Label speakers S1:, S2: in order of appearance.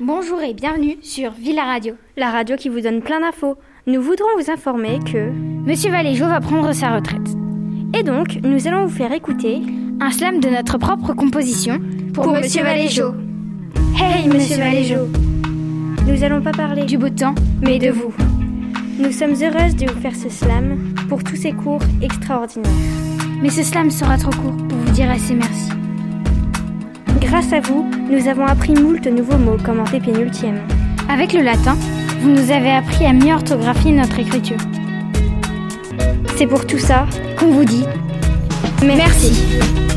S1: Bonjour et bienvenue sur Villa Radio, la radio qui vous donne plein d'infos. Nous voudrons vous informer que Monsieur Valéjo va prendre sa retraite. Et donc, nous allons vous faire écouter
S2: un slam de notre propre composition
S1: pour, Monsieur Valéjo. Hey Monsieur Valéjo Nous allons pas parler
S2: du beau temps,
S1: mais de vous. Nous sommes heureuses de vous faire ce slam pour tous ces cours extraordinaires.
S2: mais ce slam sera trop court pour vous dire assez merci.
S1: Grâce à vous, nous avons appris moult nouveaux mots comme en pénultième.
S2: Avec le latin, vous nous avez appris à mieux orthographier notre écriture.
S1: C'est pour tout ça
S2: Qu'on vous dit
S1: Merci.